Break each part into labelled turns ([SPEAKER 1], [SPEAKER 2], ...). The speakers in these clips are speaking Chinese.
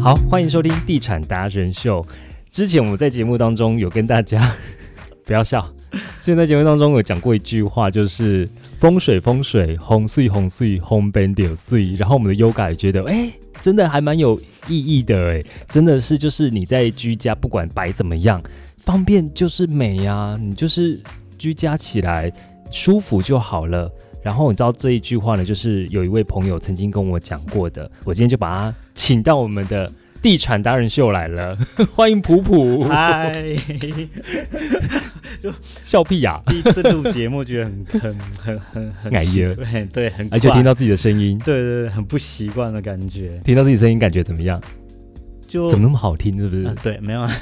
[SPEAKER 1] 好，欢迎收听《地产达人秀》。之前我们在节目当中有跟大家不要笑，之前在节目当中有讲过一句话，就是风水风水，红碎红碎，红 b a n d 有碎。然后我们的 Yoga 也觉得，哎、真的还蛮有意义的、哎，真的是就是你在居家不管摆怎么样，方便就是美呀、你就是居家起来舒服就好了。然后你知道这一句话呢，就是有一位朋友曾经跟我讲过的，我今天就把他请到我们的地产达人秀来了， 欢迎普 普，
[SPEAKER 2] 嗨，
[SPEAKER 1] 笑屁啊呀、
[SPEAKER 2] 第一次录节目，觉得很很很很很
[SPEAKER 1] 哎呀
[SPEAKER 2] 对对，很
[SPEAKER 1] 而且
[SPEAKER 2] 怪
[SPEAKER 1] 听到自己的声音，
[SPEAKER 2] 对对对，很不习惯的感觉，
[SPEAKER 1] 听到自己声音感觉怎么样？
[SPEAKER 2] 就
[SPEAKER 1] 怎么那么好听？是不是？
[SPEAKER 2] 啊对，没有，啊，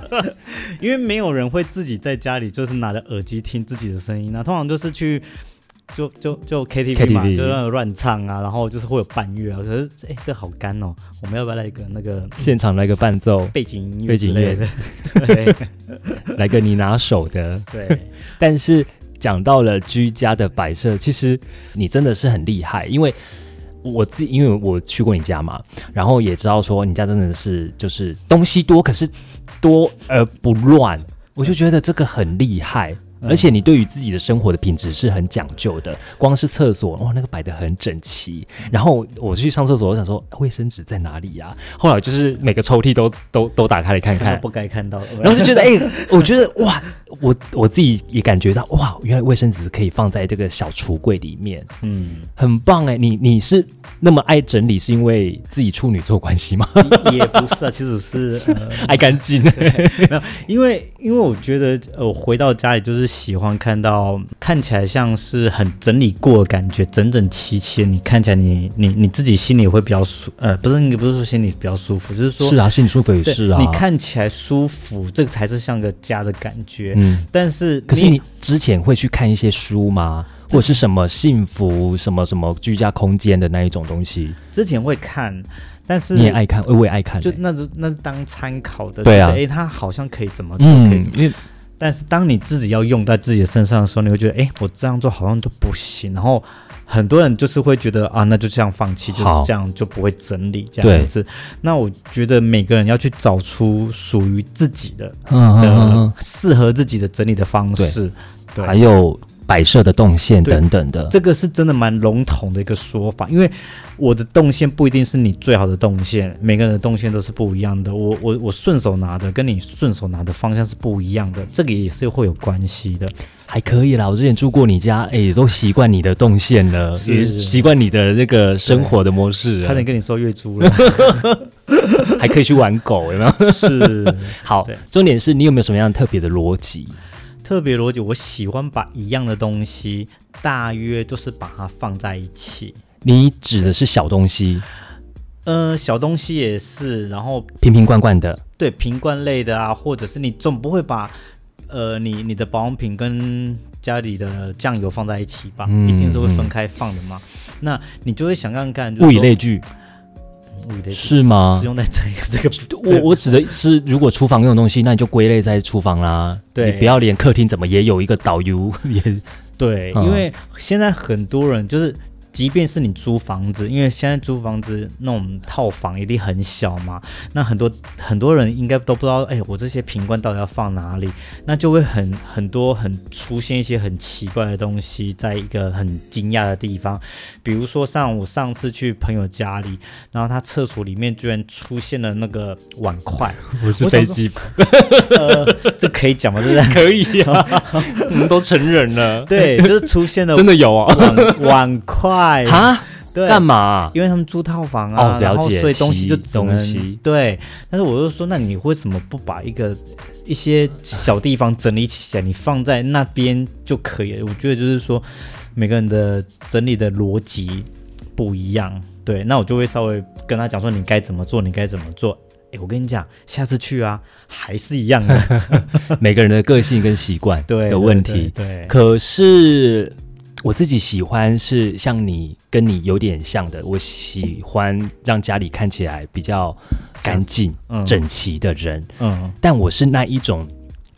[SPEAKER 2] 因为没有人会自己在家里就是拿着耳机听自己的声音啊，通常就是去就就就 KTV 嘛，
[SPEAKER 1] KTV
[SPEAKER 2] 就那种乱唱啊，然后就是会有伴乐啊，可是哎、这好干哦，我们要不要来一个那个
[SPEAKER 1] 现场来个伴奏，
[SPEAKER 2] 背景音
[SPEAKER 1] 背
[SPEAKER 2] 乐
[SPEAKER 1] 景
[SPEAKER 2] 之
[SPEAKER 1] 音
[SPEAKER 2] 类
[SPEAKER 1] 乐
[SPEAKER 2] 的？ 对
[SPEAKER 1] 来个你拿手的。
[SPEAKER 2] 对，
[SPEAKER 1] 但是讲到了居家的摆设，其实你真的是很厉害，因为我自己因为我去过你家嘛，然后也知道说你家真的是就是东西多，可是多而不乱，我就觉得这个很厉害。
[SPEAKER 2] 嗯
[SPEAKER 1] 而且你对于自己的生活的品质是很讲究的，光是厕所哇、那个摆得很整齐。然后我去上厕所，我想说卫生纸在哪里呀、啊后来就是每个抽屉都都都打开来看
[SPEAKER 2] 看
[SPEAKER 1] 看
[SPEAKER 2] 到，不该看到的，
[SPEAKER 1] 然后就觉得，哎、我觉得哇，我我自己也感觉到哇，原来卫生纸可以放在这个小橱柜里面，
[SPEAKER 2] 嗯。
[SPEAKER 1] 很棒哎、你你是那么爱整理，是因为自己处女座关系吗？
[SPEAKER 2] 也不是啊，其实是呃，
[SPEAKER 1] 爱干净，
[SPEAKER 2] 因为因为我觉得呃，我回到家里就是喜欢看到看起来像是很整理过的感觉，整整齐齐的，你看起来你你你自己心里会比较舒呃，不是你不是说心里比较舒服，就是说
[SPEAKER 1] 是啊，是你舒服也
[SPEAKER 2] 对
[SPEAKER 1] 是啊，
[SPEAKER 2] 你，看起来舒服，这个才是像个家的感觉。
[SPEAKER 1] 嗯。
[SPEAKER 2] 但是
[SPEAKER 1] 可是你之前会去看一些书吗？或者是什么幸福、什么什么居家空间的那一种东西？
[SPEAKER 2] 之前会看，但是
[SPEAKER 1] 你也爱看，呃我也爱看、
[SPEAKER 2] 就
[SPEAKER 1] 欸
[SPEAKER 2] 那是那是当参考的，
[SPEAKER 1] 对啊
[SPEAKER 2] 哎，他好像可以怎么做，可以
[SPEAKER 1] 嗯
[SPEAKER 2] 怎么，
[SPEAKER 1] 因为
[SPEAKER 2] 但是当你自己要用在自己的身上的时候，你会觉得，哎，我这样做好像都不行。然后很多人就是会觉得啊，那就这样放弃，就是
[SPEAKER 1] 好
[SPEAKER 2] 这样就不会整理这样子。那我觉得每个人要去找出属于自己的
[SPEAKER 1] 嗯嗯嗯
[SPEAKER 2] 的适合自己的整理的方式。
[SPEAKER 1] 嗯，
[SPEAKER 2] 对，
[SPEAKER 1] 还有摆设的动线
[SPEAKER 2] 对
[SPEAKER 1] 等等的，
[SPEAKER 2] 这个是真的蛮笼统的一个说法，因为我的动线不一定是你最好的动线，每个人的动线都是不一样的。我我我顺手拿的跟你顺手拿的方向是不一样的，这个也是会有关系的。
[SPEAKER 1] 还可以啦，我之前住过你家，哎、也都习惯你的动线了，
[SPEAKER 2] 是
[SPEAKER 1] 也
[SPEAKER 2] 是
[SPEAKER 1] 习惯你的这个生活的模式了
[SPEAKER 2] 差点跟你收月租了，
[SPEAKER 1] 还可以去玩狗， 有没有？
[SPEAKER 2] 是
[SPEAKER 1] 好
[SPEAKER 2] 对，
[SPEAKER 1] 重点是你有没有什么样特别的逻辑？
[SPEAKER 2] 特别逻辑。我喜欢把一样的东西，大约就是把它放在一起。
[SPEAKER 1] 你指的是小东西，
[SPEAKER 2] 呃，小东西也是，然后
[SPEAKER 1] 瓶瓶罐罐的，
[SPEAKER 2] 对瓶罐类的啊，或者是你总不会把呃你你的保养品跟家里的酱油放在一起吧？
[SPEAKER 1] 嗯
[SPEAKER 2] 一定是会分开放的嘛。那你就会想看看，就是
[SPEAKER 1] 物以
[SPEAKER 2] 说
[SPEAKER 1] 类聚，
[SPEAKER 2] 物以类聚
[SPEAKER 1] 是吗
[SPEAKER 2] 使？用在这个 这个
[SPEAKER 1] 我我指的是，如果厨房用的东西，那你就归类在厨房啦。
[SPEAKER 2] 对
[SPEAKER 1] 你不要连客厅怎么也有一个导游， 也
[SPEAKER 2] 对，
[SPEAKER 1] 嗯
[SPEAKER 2] 因为现在很多人就是，即便是你租房子，因为现在租房子那种套房一定很小嘛，那很多很多人应该都不知道，哎，我这些瓶罐到底要放哪里？那就会很很多很出现一哎些很奇怪的东西，在一个很惊讶的地方，比如说像我上次去朋友家里，然后他厕所里面居然出现了那个碗筷，
[SPEAKER 1] 不
[SPEAKER 2] 是飞
[SPEAKER 1] 机，？
[SPEAKER 2] 呃，这 可以讲吗？对不对
[SPEAKER 1] 可以啊， 我们都承认了，
[SPEAKER 2] 对，就是出 现了
[SPEAKER 1] 真的有啊？
[SPEAKER 2] 碗碗筷，
[SPEAKER 1] 啊，
[SPEAKER 2] 对，
[SPEAKER 1] 干嘛啊、
[SPEAKER 2] 因为他们租套房啊，
[SPEAKER 1] 哦
[SPEAKER 2] 然
[SPEAKER 1] 了
[SPEAKER 2] 后
[SPEAKER 1] 解
[SPEAKER 2] 所以东西就只
[SPEAKER 1] 东
[SPEAKER 2] 能
[SPEAKER 1] 西
[SPEAKER 2] 对。但是我就说，那你为什么不把一个一些小地方整理起来，你放在那边就可以了？我觉得就是说，每个人的整理的逻辑不一样。对，那我就会稍微跟他讲说，你该怎么做，你该怎么做。哎，我跟你讲，下次 去啊，还是一样的。
[SPEAKER 1] 每个人的个性跟习惯
[SPEAKER 2] 对
[SPEAKER 1] 的问题。
[SPEAKER 2] 对对对
[SPEAKER 1] 可是我自己喜欢是像你跟你有点像的，我喜欢让家里看起来比较干净、
[SPEAKER 2] 嗯
[SPEAKER 1] 整齐的人。
[SPEAKER 2] 嗯
[SPEAKER 1] 但我是那一种，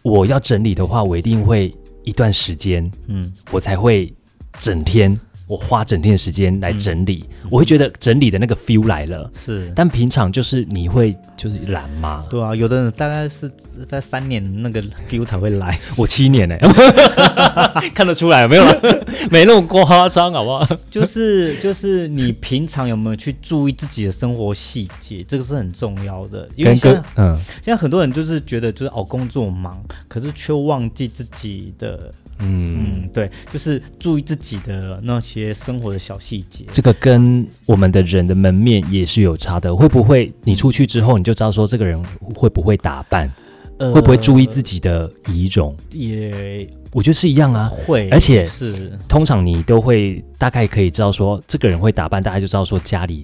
[SPEAKER 1] 我要整理的话，我一定会一段时间，
[SPEAKER 2] 嗯
[SPEAKER 1] 我才会整天我花整天的时间来整理，我会觉得整理的那个 feel 来了。
[SPEAKER 2] 是，
[SPEAKER 1] 但平常就是你会就是懒嘛，
[SPEAKER 2] 对啊，有的人大概是在三年那个 feel 才会来，
[SPEAKER 1] 我七年哎、 看得出来没有？ 没那么夸张好不好？
[SPEAKER 2] 就是 就是你平常有没有去注意自己的生活细节，这个是很重要的，因
[SPEAKER 1] 跟
[SPEAKER 2] 为现
[SPEAKER 1] 跟
[SPEAKER 2] 在
[SPEAKER 1] 嗯
[SPEAKER 2] 现在很多人就是觉得就是哦工作忙，可是却忘记自己的
[SPEAKER 1] 嗯，
[SPEAKER 2] 嗯对，就是注意自己的那些生活的小细节，
[SPEAKER 1] 这个跟我们的人的门面也是有差的。会不会你出去之后你就知道说这个人会不会打扮，
[SPEAKER 2] 呃
[SPEAKER 1] 会不会注意自己的仪容？
[SPEAKER 2] 也
[SPEAKER 1] 我觉得是一样啊。
[SPEAKER 2] 会，
[SPEAKER 1] 而且
[SPEAKER 2] 是
[SPEAKER 1] 通常你都会大概可以知道说这个人会打扮，大概就知道说家里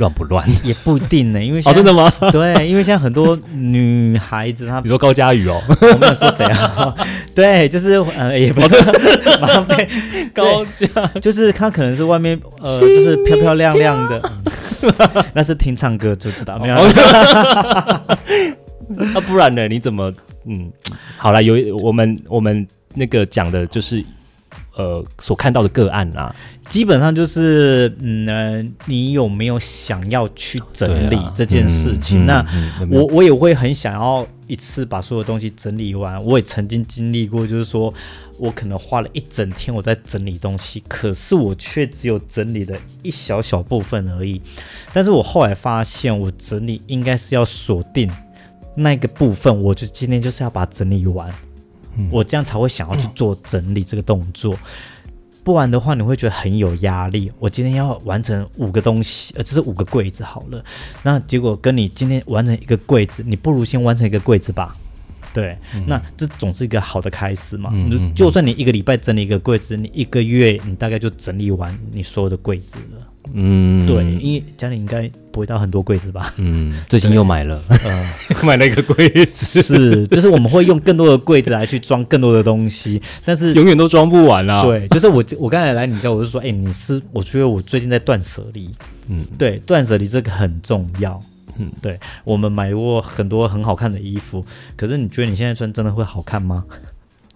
[SPEAKER 1] 乱不 乱。
[SPEAKER 2] 也不一定呢，因为现在
[SPEAKER 1] 哦的吗？
[SPEAKER 2] 对，因为现在很多女孩 子她
[SPEAKER 1] 你说高佳宇哦，
[SPEAKER 2] 我没有说谁啊，对，就是呃，也不是 马上被 高
[SPEAKER 1] 佳
[SPEAKER 2] 就是她可能是外面呃，就是漂漂亮亮的，嗯 那是听唱歌就知道没有
[SPEAKER 1] 哦
[SPEAKER 2] 啦。
[SPEAKER 1] 啊，不然呢？你怎么嗯？好啦，有我们我们那个讲的就是呃所看到的个案啊啦、
[SPEAKER 2] 基本上就是嗯、呃，你有没有想要去整理
[SPEAKER 1] 对啦啊
[SPEAKER 2] 这件事情？
[SPEAKER 1] 嗯
[SPEAKER 2] 那
[SPEAKER 1] 嗯嗯
[SPEAKER 2] 我我也会很想要一次把所有东西整理完。我也曾经经历过，就是说我可能花了一整天我在整理东西，可是我却只有整理了一小小部分而已。但是我后来发现，我整理应该是要锁定那个部分，我就今天就是要把它整理完，我这样才会想要去做整理这个动作。不然的话，你会觉得很有压力。我今天要完成五个东西，呃，就是五个柜子好了。那结果跟你今天完成一个柜子，你不如先完成一个柜子吧。对，那这总是一个好的开始嘛。
[SPEAKER 1] 嗯
[SPEAKER 2] 就
[SPEAKER 1] 嗯
[SPEAKER 2] 就算你一个礼拜整理一个柜子，你一个月你大概就整理完你所有的柜子了。
[SPEAKER 1] 嗯
[SPEAKER 2] 对，因为家里应该不会到很多柜子 吧？
[SPEAKER 1] 嗯，最近又买了，呃 买了一个柜子，
[SPEAKER 2] 是，就是我们会用更多的柜子来去装更多的东西，但是
[SPEAKER 1] 永远都装不完啦。，啊
[SPEAKER 2] 对，就是我我刚才来你家，我就说，哎、你是我觉得我最近在断舍离，
[SPEAKER 1] 嗯，
[SPEAKER 2] 对，断舍离这个很重要。嗯
[SPEAKER 1] 嗯，
[SPEAKER 2] 对，我们买过很多很好看的衣服，可是你觉得你现在穿真的会好看吗？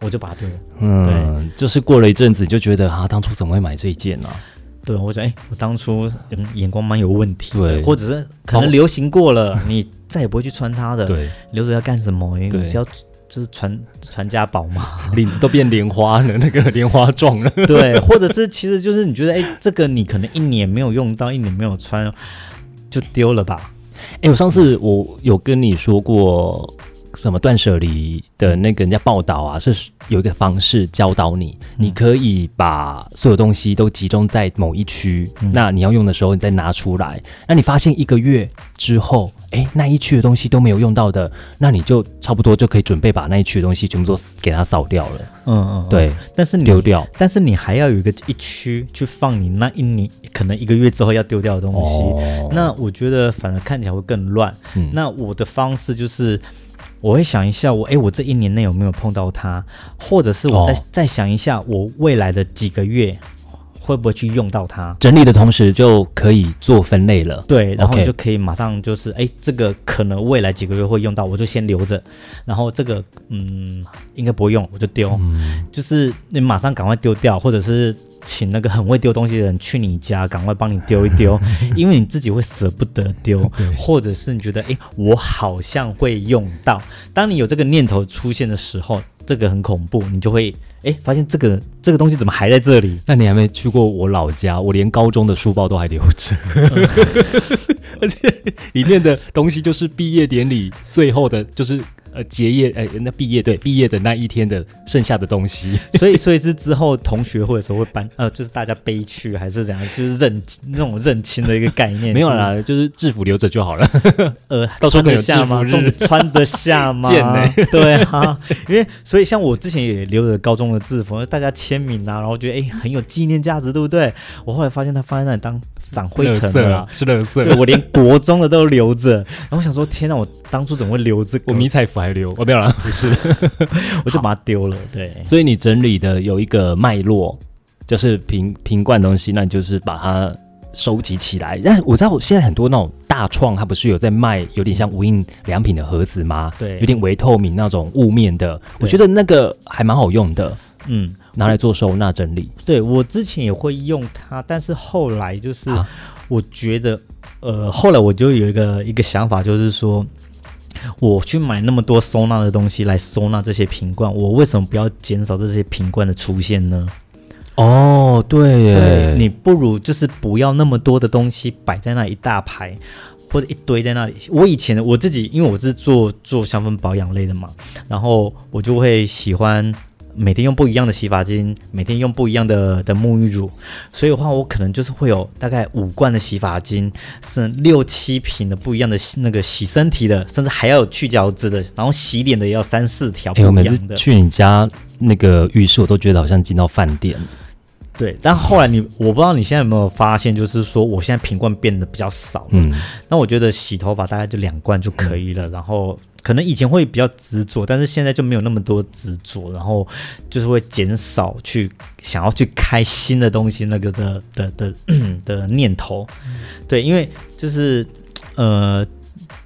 [SPEAKER 2] 我就把它丢了。
[SPEAKER 1] 嗯，就是过了一阵子就觉得啊，当初怎么会买这一件呢、啊
[SPEAKER 2] 对，我觉得哎、我当初嗯眼光蛮有问题的，
[SPEAKER 1] 对
[SPEAKER 2] 或者是可能流行过了，你再也不会去穿它的，
[SPEAKER 1] 对，
[SPEAKER 2] 留着要干什么？你
[SPEAKER 1] 对
[SPEAKER 2] 是要就是传传家宝吗？
[SPEAKER 1] 领子都变莲花了，那个莲花状了。
[SPEAKER 2] 对，或者是其实就是你觉得哎、这个你可能一年没有用到，一年没有穿，就丢了吧。
[SPEAKER 1] 哎、我上次我有跟你说过什么断舍离的那个人家报道啊，是有一个方式教导你，你可以把所有东西都集中在某一区，那你要用的时候你再拿出来。那你发现一个月之后，哎、那一区的东西都没有用到的，那你就差不多就可以准备把那一区的东西全部都给它扫掉了，
[SPEAKER 2] 嗯嗯，嗯，
[SPEAKER 1] 对，
[SPEAKER 2] 但是你
[SPEAKER 1] 丢掉。
[SPEAKER 2] 但是你还要有一个一区去放你那一年可能一个月之后要丢掉的东西。
[SPEAKER 1] 哦，
[SPEAKER 2] 那我觉得反而看起来会更乱。
[SPEAKER 1] 嗯
[SPEAKER 2] 那我的方式就是，我会想一下我，诶，哎我这一年内有没有碰到它，或者是我再、
[SPEAKER 1] 哦
[SPEAKER 2] 再想一下，我未来的几个月会不会去用到它。
[SPEAKER 1] 整理的同时就可以做分类了。
[SPEAKER 2] 对，然后
[SPEAKER 1] OK
[SPEAKER 2] 就可以马上就是，诶，这个可能未来几个月会用到，我就先留着。然后这个，嗯，应该不会用，我就丢。
[SPEAKER 1] 嗯，
[SPEAKER 2] 就是你马上赶快丢掉，或者是请那个很会丢东西的人去你家，赶快帮你丢一 丢，因为你自己会舍不得丢，或者是你觉得诶，我好像会用到。当你有这个念头出现的时候，这个很恐怖，你就会诶，发现这个这个东西怎么还在这里？
[SPEAKER 1] 那你还没去过我老家，我连高中的书包都还留 着，而且里面的东西就是毕业典礼最后的，就是呃结业，哎、那毕业对毕业的那一天的剩下的东西。
[SPEAKER 2] 所以所以是之后同学会的时候会搬呃，就是大家背去还是怎样，就是认那种认亲的一个概念。
[SPEAKER 1] 没有，啦，就是制服留着就好了。
[SPEAKER 2] 呃，
[SPEAKER 1] 到时候
[SPEAKER 2] 穿
[SPEAKER 1] 可能
[SPEAKER 2] 得
[SPEAKER 1] 有
[SPEAKER 2] 下
[SPEAKER 1] 制
[SPEAKER 2] 吗
[SPEAKER 1] 服？日
[SPEAKER 2] 重点穿得下吗？
[SPEAKER 1] 贱欸
[SPEAKER 2] 对啊，因为所以像我之前也留着高中的制服，大家签名啊，然后觉得哎、很有纪念价值，对不对？我后来发现它放在那里当长灰尘
[SPEAKER 1] 垃圾
[SPEAKER 2] 了
[SPEAKER 1] 啊
[SPEAKER 2] 啊。
[SPEAKER 1] 是垃圾。
[SPEAKER 2] 对，我连国中的都留着，然后我想说，天哪，我当初怎么会留这个？
[SPEAKER 1] 我迷彩服还留，哦没有啦，不是。
[SPEAKER 2] 我就把它丢了。对，
[SPEAKER 1] 所以你整理的有一个脉络，就是瓶瓶罐东西，那你就是把它收集起来。但我知道现在很多那种大创，它不是有在卖有点像无印良品的盒子吗？
[SPEAKER 2] 对
[SPEAKER 1] 有点微透明那种雾面的，我觉得那个还蛮好用的。
[SPEAKER 2] 嗯，
[SPEAKER 1] 拿来做收纳整理。
[SPEAKER 2] 对我之前也会用它，但是后来就是
[SPEAKER 1] 啊
[SPEAKER 2] 我觉得，呃，后来我就有一个一个想法，就是说。我去买那么多收纳的东西来收纳这些瓶罐，我为什么不要减少这些瓶罐的出现呢？
[SPEAKER 1] 哦，对耶，
[SPEAKER 2] 你不如就是不要那么多的东西摆在那一大排，或者一堆在那里。我以前我自己，因为我是做做香氛保养类的嘛，然后我就会喜欢每天用不一样的洗发精，每天用不一样的的沐浴乳，所以的话，我可能就是会有大概五罐的洗发精，是六七瓶的不一样的洗那个洗身体的，甚至还要有去角质的，然后洗脸的也要三四条不
[SPEAKER 1] 哎、我
[SPEAKER 2] 一
[SPEAKER 1] 每
[SPEAKER 2] 样的
[SPEAKER 1] 次。去你家那个浴室，我都觉得好像进到饭店。
[SPEAKER 2] 对，但后来你我不知道你现在有没有发现，就是说我现在瓶罐变得比较少，
[SPEAKER 1] 嗯，
[SPEAKER 2] 那我觉得洗头发大概就两罐就可以了，然后可能以前会比较执着，但是现在就没有那么多执着，然后就是会减少去想要去开新的东西那个的的的 的念头。对，因为就是呃，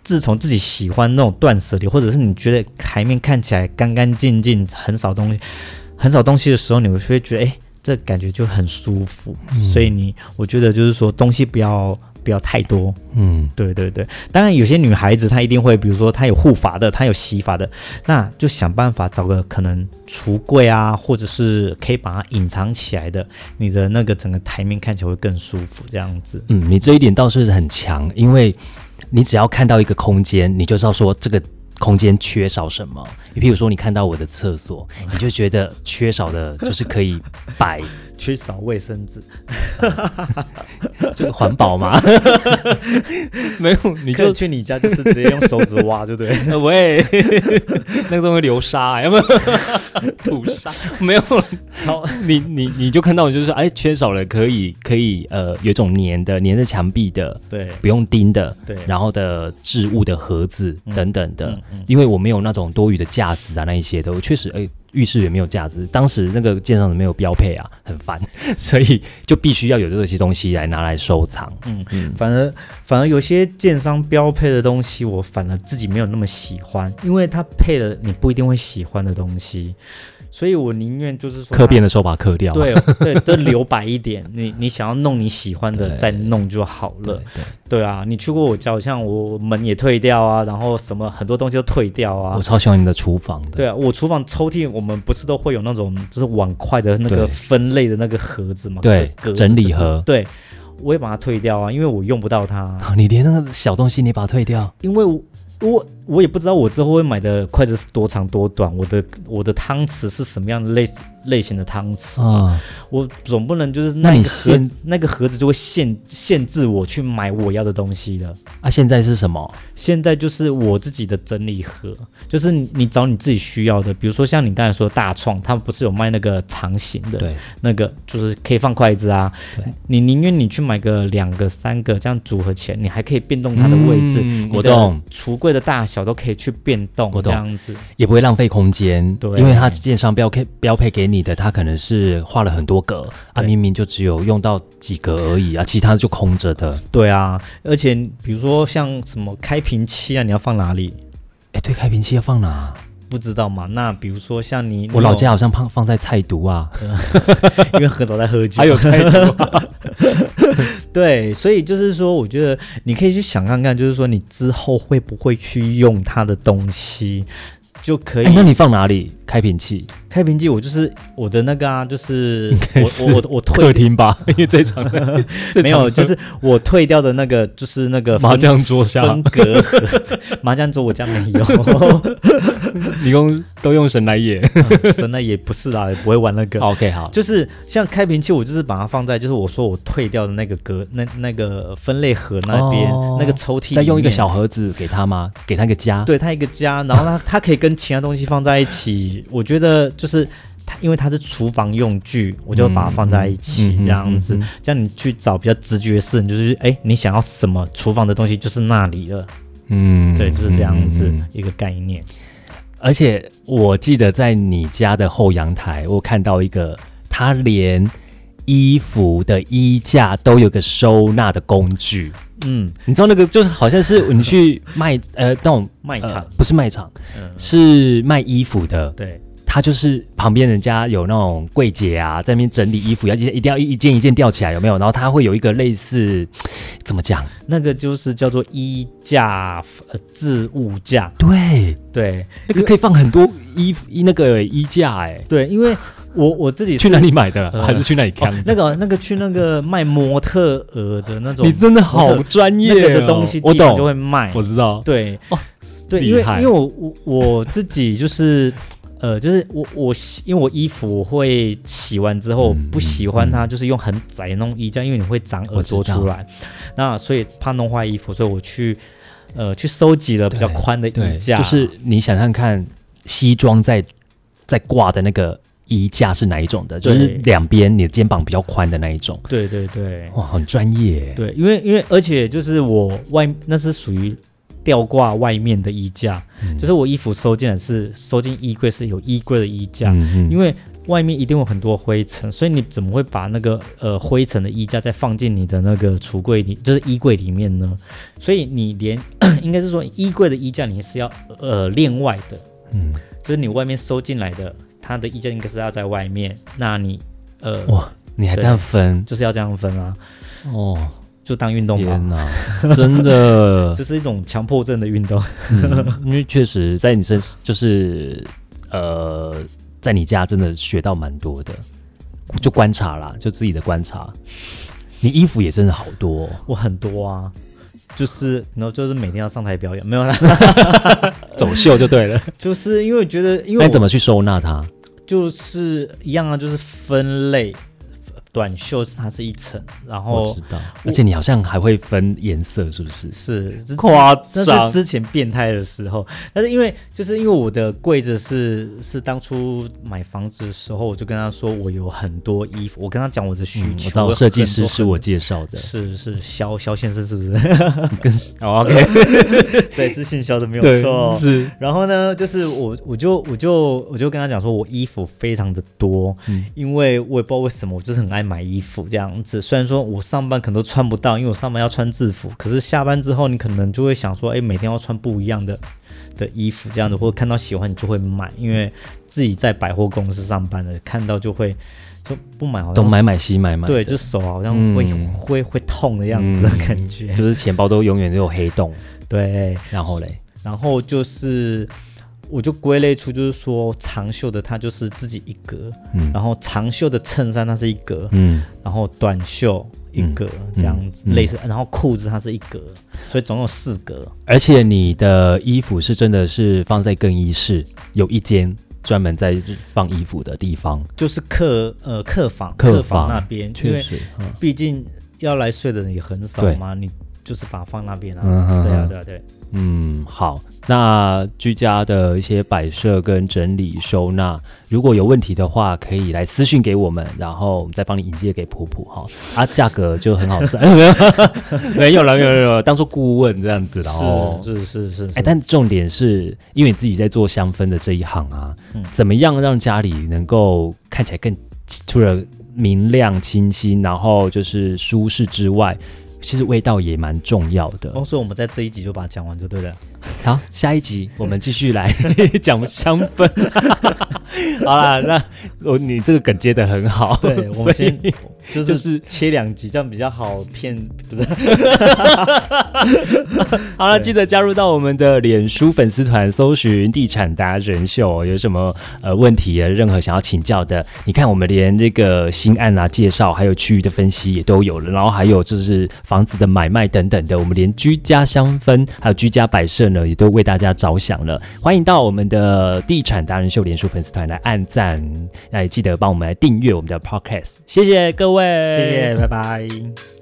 [SPEAKER 2] 自从自己喜欢那种断舍离，或者是你觉得台面看起来干干净净，很少东西，很少东西的时候，你会觉得哎。诶这感觉就很舒服，所以你，我觉得就是说，东西不要不要太多，
[SPEAKER 1] 嗯，
[SPEAKER 2] 对对对，当然有些女孩子她一定会，比如说她有护发的，她有洗发的，那就想办法找个可能橱柜啊，或者是可以把它隐藏起来的，你的那个整个台面看起来会更舒服，这样子。
[SPEAKER 1] 嗯，你这一点倒是很强，因为你只要看到一个空间，你就知道说这个空间缺少什么。你譬如说，你看到我的厕所，你就觉得缺少的就是可以摆
[SPEAKER 2] 缺少卫生纸，
[SPEAKER 1] 这个环保嘛。 没有，你
[SPEAKER 2] 你
[SPEAKER 1] 就
[SPEAKER 2] 就去你家就是直接用手指挖，对不对？
[SPEAKER 1] 呃喂， 那个东西流沙、要不然 土沙没有。
[SPEAKER 2] 好，
[SPEAKER 1] 你你你就看到就是说哎，缺少了可以可以呃，有一种粘的粘在墙壁的，
[SPEAKER 2] 对
[SPEAKER 1] 不用钉的，
[SPEAKER 2] 对
[SPEAKER 1] 然后的置物的盒子等等的，
[SPEAKER 2] 嗯嗯
[SPEAKER 1] 因为我没有那种多余的架子啊，那一些的，我确实，哎、浴室也没有架子，当时那个建商的没有标配啊，很烦， 所以就必须要有这些东西来拿来收藏。
[SPEAKER 2] 嗯嗯，反而反而有些建商标配的东西，我反而自己没有那么喜欢，因为它配了你不一定会喜欢的东西，所以我宁愿就是说
[SPEAKER 1] 刻
[SPEAKER 2] 它
[SPEAKER 1] 边的时候把它刻掉，
[SPEAKER 2] 对对，都留白一点。你你想要弄你喜欢的
[SPEAKER 1] 对
[SPEAKER 2] 再弄就好
[SPEAKER 1] 对
[SPEAKER 2] 了。
[SPEAKER 1] 对
[SPEAKER 2] 对啊，你去过我家，好像我门也退掉啊，然后什么很多东西都退掉啊
[SPEAKER 1] 我。超喜欢你的厨房的，
[SPEAKER 2] 对啊，我厨房抽屉我们不是都会有那种就是碗筷的那个
[SPEAKER 1] 对
[SPEAKER 2] 分类的那个盒子嘛？
[SPEAKER 1] 对
[SPEAKER 2] 格子
[SPEAKER 1] 整理
[SPEAKER 2] 就是
[SPEAKER 1] 盒
[SPEAKER 2] 对，我也把它退掉啊，因为我用不到它，
[SPEAKER 1] 啊你连那个小东西你把它退掉，
[SPEAKER 2] 因为我。我我也不知道我之后会买的筷子是多长多短，我的我的汤匙是什么样的类类型的汤匙
[SPEAKER 1] 啊、
[SPEAKER 2] 我总不能就是
[SPEAKER 1] 那
[SPEAKER 2] 那
[SPEAKER 1] 你
[SPEAKER 2] 个盒
[SPEAKER 1] 限
[SPEAKER 2] 子那个盒子就会限限制我去买我要的东西了。
[SPEAKER 1] 啊，现在是什么？
[SPEAKER 2] 现在就是我自己的整理盒，就是你你找你自己需要的，比如说像你刚才说的大创，他们不是有卖那个长形的，
[SPEAKER 1] 对，
[SPEAKER 2] 那个就是可以放筷子啊
[SPEAKER 1] 对。
[SPEAKER 2] 你宁愿你去买个两个、三个这样组合起来，你还可以变动它的位置，
[SPEAKER 1] 嗯
[SPEAKER 2] 你
[SPEAKER 1] 我
[SPEAKER 2] 的
[SPEAKER 1] 懂
[SPEAKER 2] 橱柜的大小都可以去变动，
[SPEAKER 1] 我
[SPEAKER 2] 这
[SPEAKER 1] 懂
[SPEAKER 2] 样子。
[SPEAKER 1] 也不会浪费空间，
[SPEAKER 2] 对
[SPEAKER 1] 因为它建商标配标配给你的，它可能是画了很多格啊，
[SPEAKER 2] 对
[SPEAKER 1] 明明就只有用到几格而已啊，其他就空着的。
[SPEAKER 2] 对啊，而且比如说像什么开瓶器啊，你要放哪里？
[SPEAKER 1] 哎，对，开瓶器要放哪？
[SPEAKER 2] 不知道嘛？那比如说像你，
[SPEAKER 1] 我
[SPEAKER 2] 你有
[SPEAKER 1] 老家好像放放在菜毒啊，
[SPEAKER 2] 因为很少在喝酒。
[SPEAKER 1] 还有菜毒、
[SPEAKER 2] 啊对，所以就是说，我觉得你可以去想看看，就是说你之后会不会去用它的东西，就可 以。
[SPEAKER 1] 哎那你放哪里？开瓶器
[SPEAKER 2] 开瓶器，我就是我的那个 啊，就是
[SPEAKER 1] 该是
[SPEAKER 2] 我我我我
[SPEAKER 1] 客
[SPEAKER 2] 退
[SPEAKER 1] 厅吧，因为这场
[SPEAKER 2] 没有，就是我退掉的那个，就是那个
[SPEAKER 1] 麻
[SPEAKER 2] 分
[SPEAKER 1] 将桌下
[SPEAKER 2] 分，隔盒 麻将桌，我家没有，
[SPEAKER 1] 你用都用神来演。
[SPEAKER 2] 神那也不是啦，也不会玩那个。
[SPEAKER 1] OK，好，
[SPEAKER 2] 就是像开瓶器，我就是把它放在就是我说我退掉的那个格那那个分类盒那边、
[SPEAKER 1] 哦
[SPEAKER 2] 那个抽屉，
[SPEAKER 1] 再用一个小。盒子给他吗？给他一个家。
[SPEAKER 2] 对它一个家，然后它它可以跟其他东西放在一起。我觉得就是它，因为它是厨房用具，我就把它放在一起
[SPEAKER 1] 嗯嗯
[SPEAKER 2] 这样子。
[SPEAKER 1] 嗯嗯嗯
[SPEAKER 2] 这样你去找比较直觉式，你就是哎，你想要什么厨房的东西就是那里了。
[SPEAKER 1] 嗯
[SPEAKER 2] 对，就是这样子
[SPEAKER 1] 嗯嗯嗯
[SPEAKER 2] 一个概念。
[SPEAKER 1] 而且我记得在你家的后阳台，我看到一个，它连衣服的衣架都有个收纳的工具。
[SPEAKER 2] 嗯，
[SPEAKER 1] 你知道那个就好像是你去卖呃那种
[SPEAKER 2] 卖
[SPEAKER 1] 呃
[SPEAKER 2] 场、
[SPEAKER 1] 不是卖场，
[SPEAKER 2] 嗯
[SPEAKER 1] 是卖衣服的，
[SPEAKER 2] 对，
[SPEAKER 1] 他就是旁边人家有那种柜姐啊，在那边整理衣服，要一一定要一件一件吊起来，有没有？然后他会有一个类似怎么讲？
[SPEAKER 2] 那个就是叫做衣架、呃、置物架，
[SPEAKER 1] 对，
[SPEAKER 2] 对
[SPEAKER 1] 那个可以放很多衣服衣那个衣架、哎，
[SPEAKER 2] 对，因为我我自己是
[SPEAKER 1] 去哪里买的？
[SPEAKER 2] 呃
[SPEAKER 1] 还是去哪里看
[SPEAKER 2] 哦
[SPEAKER 1] 的？
[SPEAKER 2] 那个那个去那个卖模特儿的那种
[SPEAKER 1] 你真的好专业、
[SPEAKER 2] 那
[SPEAKER 1] 哦、
[SPEAKER 2] 个的东西，
[SPEAKER 1] 我
[SPEAKER 2] 地方就
[SPEAKER 1] 懂，
[SPEAKER 2] 会卖，
[SPEAKER 1] 我知道。
[SPEAKER 2] 对，
[SPEAKER 1] 哦
[SPEAKER 2] 对，
[SPEAKER 1] 厉
[SPEAKER 2] 因为
[SPEAKER 1] 害
[SPEAKER 2] 因为我我我自己就是。呃，就是我我洗因为我衣服我会洗完之后
[SPEAKER 1] 嗯
[SPEAKER 2] 不喜欢它，
[SPEAKER 1] 嗯
[SPEAKER 2] 就是用很窄的那种衣架，因为你会长耳朵
[SPEAKER 1] 我知道
[SPEAKER 2] 出来，那所以怕弄坏衣服，所以我去呃去收集了比较
[SPEAKER 1] 对
[SPEAKER 2] 宽的
[SPEAKER 1] 对，
[SPEAKER 2] 衣架，
[SPEAKER 1] 就是你想想看，西装在在挂的那个衣架是哪一种的？就
[SPEAKER 2] 对
[SPEAKER 1] 是两边你的肩膀比较宽的那一种。
[SPEAKER 2] 对对对
[SPEAKER 1] 哇，很专业。
[SPEAKER 2] 对，因为因为而且就是我外那是属于吊挂外面的衣架，
[SPEAKER 1] 嗯
[SPEAKER 2] 就是我衣服收进来是收进衣柜是有衣柜的衣架，
[SPEAKER 1] 嗯
[SPEAKER 2] 啊因
[SPEAKER 1] 为
[SPEAKER 2] 为外面一定有很多灰尘，所以你怎么会把那个呃灰尘的衣架再放进你的那个橱柜里，就是衣柜里面呢？所以你连 应该是说衣柜的衣架你是要呃另外的，
[SPEAKER 1] 嗯，
[SPEAKER 2] 就是你外面收进来的，它的衣架应该是要在外面，那你呃
[SPEAKER 1] 哇，你还这样分
[SPEAKER 2] 就是要这样分啊，
[SPEAKER 1] 哦？
[SPEAKER 2] 就当运动吧，
[SPEAKER 1] 天哪，真 的，
[SPEAKER 2] 就是一种强迫症的运动。
[SPEAKER 1] 嗯因为确实在你身就是呃，在你家真的学到蛮多的，就观察啦，就自己的观察。你衣服也真的好多哦、
[SPEAKER 2] 我很多啊，就是然后就是每天要上台表演，没有啦，
[SPEAKER 1] 走秀就对了。
[SPEAKER 2] 就是因为我觉得因为
[SPEAKER 1] 那
[SPEAKER 2] 我
[SPEAKER 1] 你怎么去收纳它？
[SPEAKER 2] 就是一样啊，就是分类，短袖是它是一层，然
[SPEAKER 1] 我
[SPEAKER 2] 后
[SPEAKER 1] 知道，而且你好像还会分颜色，是不是？
[SPEAKER 2] 是这
[SPEAKER 1] 夸
[SPEAKER 2] 那是之前变态的时候，但是因为就是因为我的柜子是是当初买房子的时候，我就跟他说我有很多衣服，我跟他讲我的需求，
[SPEAKER 1] 嗯我知道设计师是我介绍的
[SPEAKER 2] 有，很多很是是肖肖先生是不是？
[SPEAKER 1] 哦，OK，
[SPEAKER 2] 对，是姓肖的没有
[SPEAKER 1] 对
[SPEAKER 2] 错，，哦
[SPEAKER 1] 是，
[SPEAKER 2] 然后呢，就是我我就我就我就跟他讲说，我衣服非常的多，
[SPEAKER 1] 嗯
[SPEAKER 2] 因为我也不知道为什么，我就是很爱买衣服这样子。虽然说我上班可能都穿不到，因为我上班要穿制服，可是下班之后你可能就会想说，哎，每天要穿不一样的的衣服这样子，或者看到喜欢你就会买，因为自己在百货公司上班的，看到就会就不买好像
[SPEAKER 1] 东买买西买买，
[SPEAKER 2] 对，就手好像
[SPEAKER 1] 嗯
[SPEAKER 2] 会、会会痛的样子的
[SPEAKER 1] 嗯
[SPEAKER 2] 感觉，
[SPEAKER 1] 就是钱包都永远都有黑洞，
[SPEAKER 2] 对。
[SPEAKER 1] 然后嘞，
[SPEAKER 2] 然后就是我就归类出，就是说长袖的它就是自己一格，
[SPEAKER 1] 嗯
[SPEAKER 2] 然后长袖的衬衫它是一格，
[SPEAKER 1] 嗯，
[SPEAKER 2] 然后短袖一格、这样子，
[SPEAKER 1] 嗯
[SPEAKER 2] 类似，然后裤子它是一格，所以总有四格。
[SPEAKER 1] 而且你的衣服是真的是放在更衣室，有一间专门在放衣服的地方，
[SPEAKER 2] 就是客呃客房
[SPEAKER 1] 客
[SPEAKER 2] 房
[SPEAKER 1] 嗯房
[SPEAKER 2] 那边，因
[SPEAKER 1] 确
[SPEAKER 2] 为
[SPEAKER 1] 实，嗯
[SPEAKER 2] 毕竟要来睡的人也很少
[SPEAKER 1] 对
[SPEAKER 2] 嘛，你就是把它放那边啊。
[SPEAKER 1] 嗯哼
[SPEAKER 2] 对啊，
[SPEAKER 1] 哼
[SPEAKER 2] 对啊，对啊，
[SPEAKER 1] 嗯，好。那居家的一些摆设跟整理收纳，如果有问题的话，可以来私信给我们，然后我们再帮你引荐给普普哈。啊，价格就很好算， 没有了，没有了没有了，当做顾问这样子的哦。
[SPEAKER 2] 是是是是
[SPEAKER 1] 哎，但重点是因为你自己在做香氛的这一行啊，
[SPEAKER 2] 嗯
[SPEAKER 1] 怎么样让家里能够看起来更除了明亮清新，然后就是舒适之外，其实味道也蛮重要的。
[SPEAKER 2] 哦，所以我们在这一集就把它讲完就对 了。
[SPEAKER 1] 好，下一集我们继续来 讲香氛。 好啦，那我你这个梗接的很好，
[SPEAKER 2] 对，我
[SPEAKER 1] 所
[SPEAKER 2] 们
[SPEAKER 1] 以
[SPEAKER 2] 先就
[SPEAKER 1] 就是是
[SPEAKER 2] 切两集，这样比较好骗，不是？
[SPEAKER 1] 好了，记得加入到我们的脸书粉丝团，搜寻“地产达人秀”，有什么呃问题啊，任何想要请教的，你看我们连这个新案啊介绍，还有区域的分析也都有了，然后还有就是房子的买卖等等的，我们连居家香氛还有居家摆设呢，也都为大家着想了。欢迎到我们的“地产达人秀”脸书粉丝团来按赞，那也记得帮我们来订阅我们的 Podcast，谢谢各位，
[SPEAKER 2] 谢谢，拜拜。